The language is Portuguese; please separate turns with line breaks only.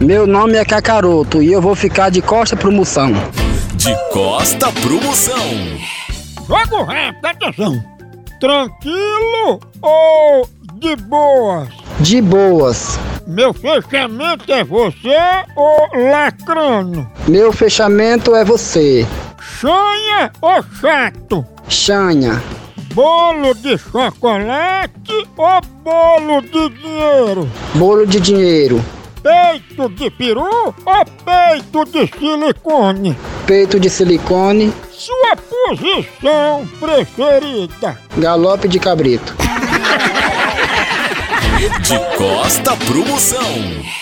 Meu nome é Cacaroto e eu vou ficar de costa pro Moção.
De costa pro Moção.
Jogo rápido, atenção. Tranquilo ou de boas?
De boas.
Meu fechamento é você ou lacrano?
Meu fechamento é você.
Chanha ou chato?
Chanha.
Bolo de chocolate ou bolo de dinheiro?
Bolo de dinheiro.
Peito de peru ou peito de silicone?
Peito de silicone.
Sua posição preferida?
Galope de cabrito.
De costa pro Moção.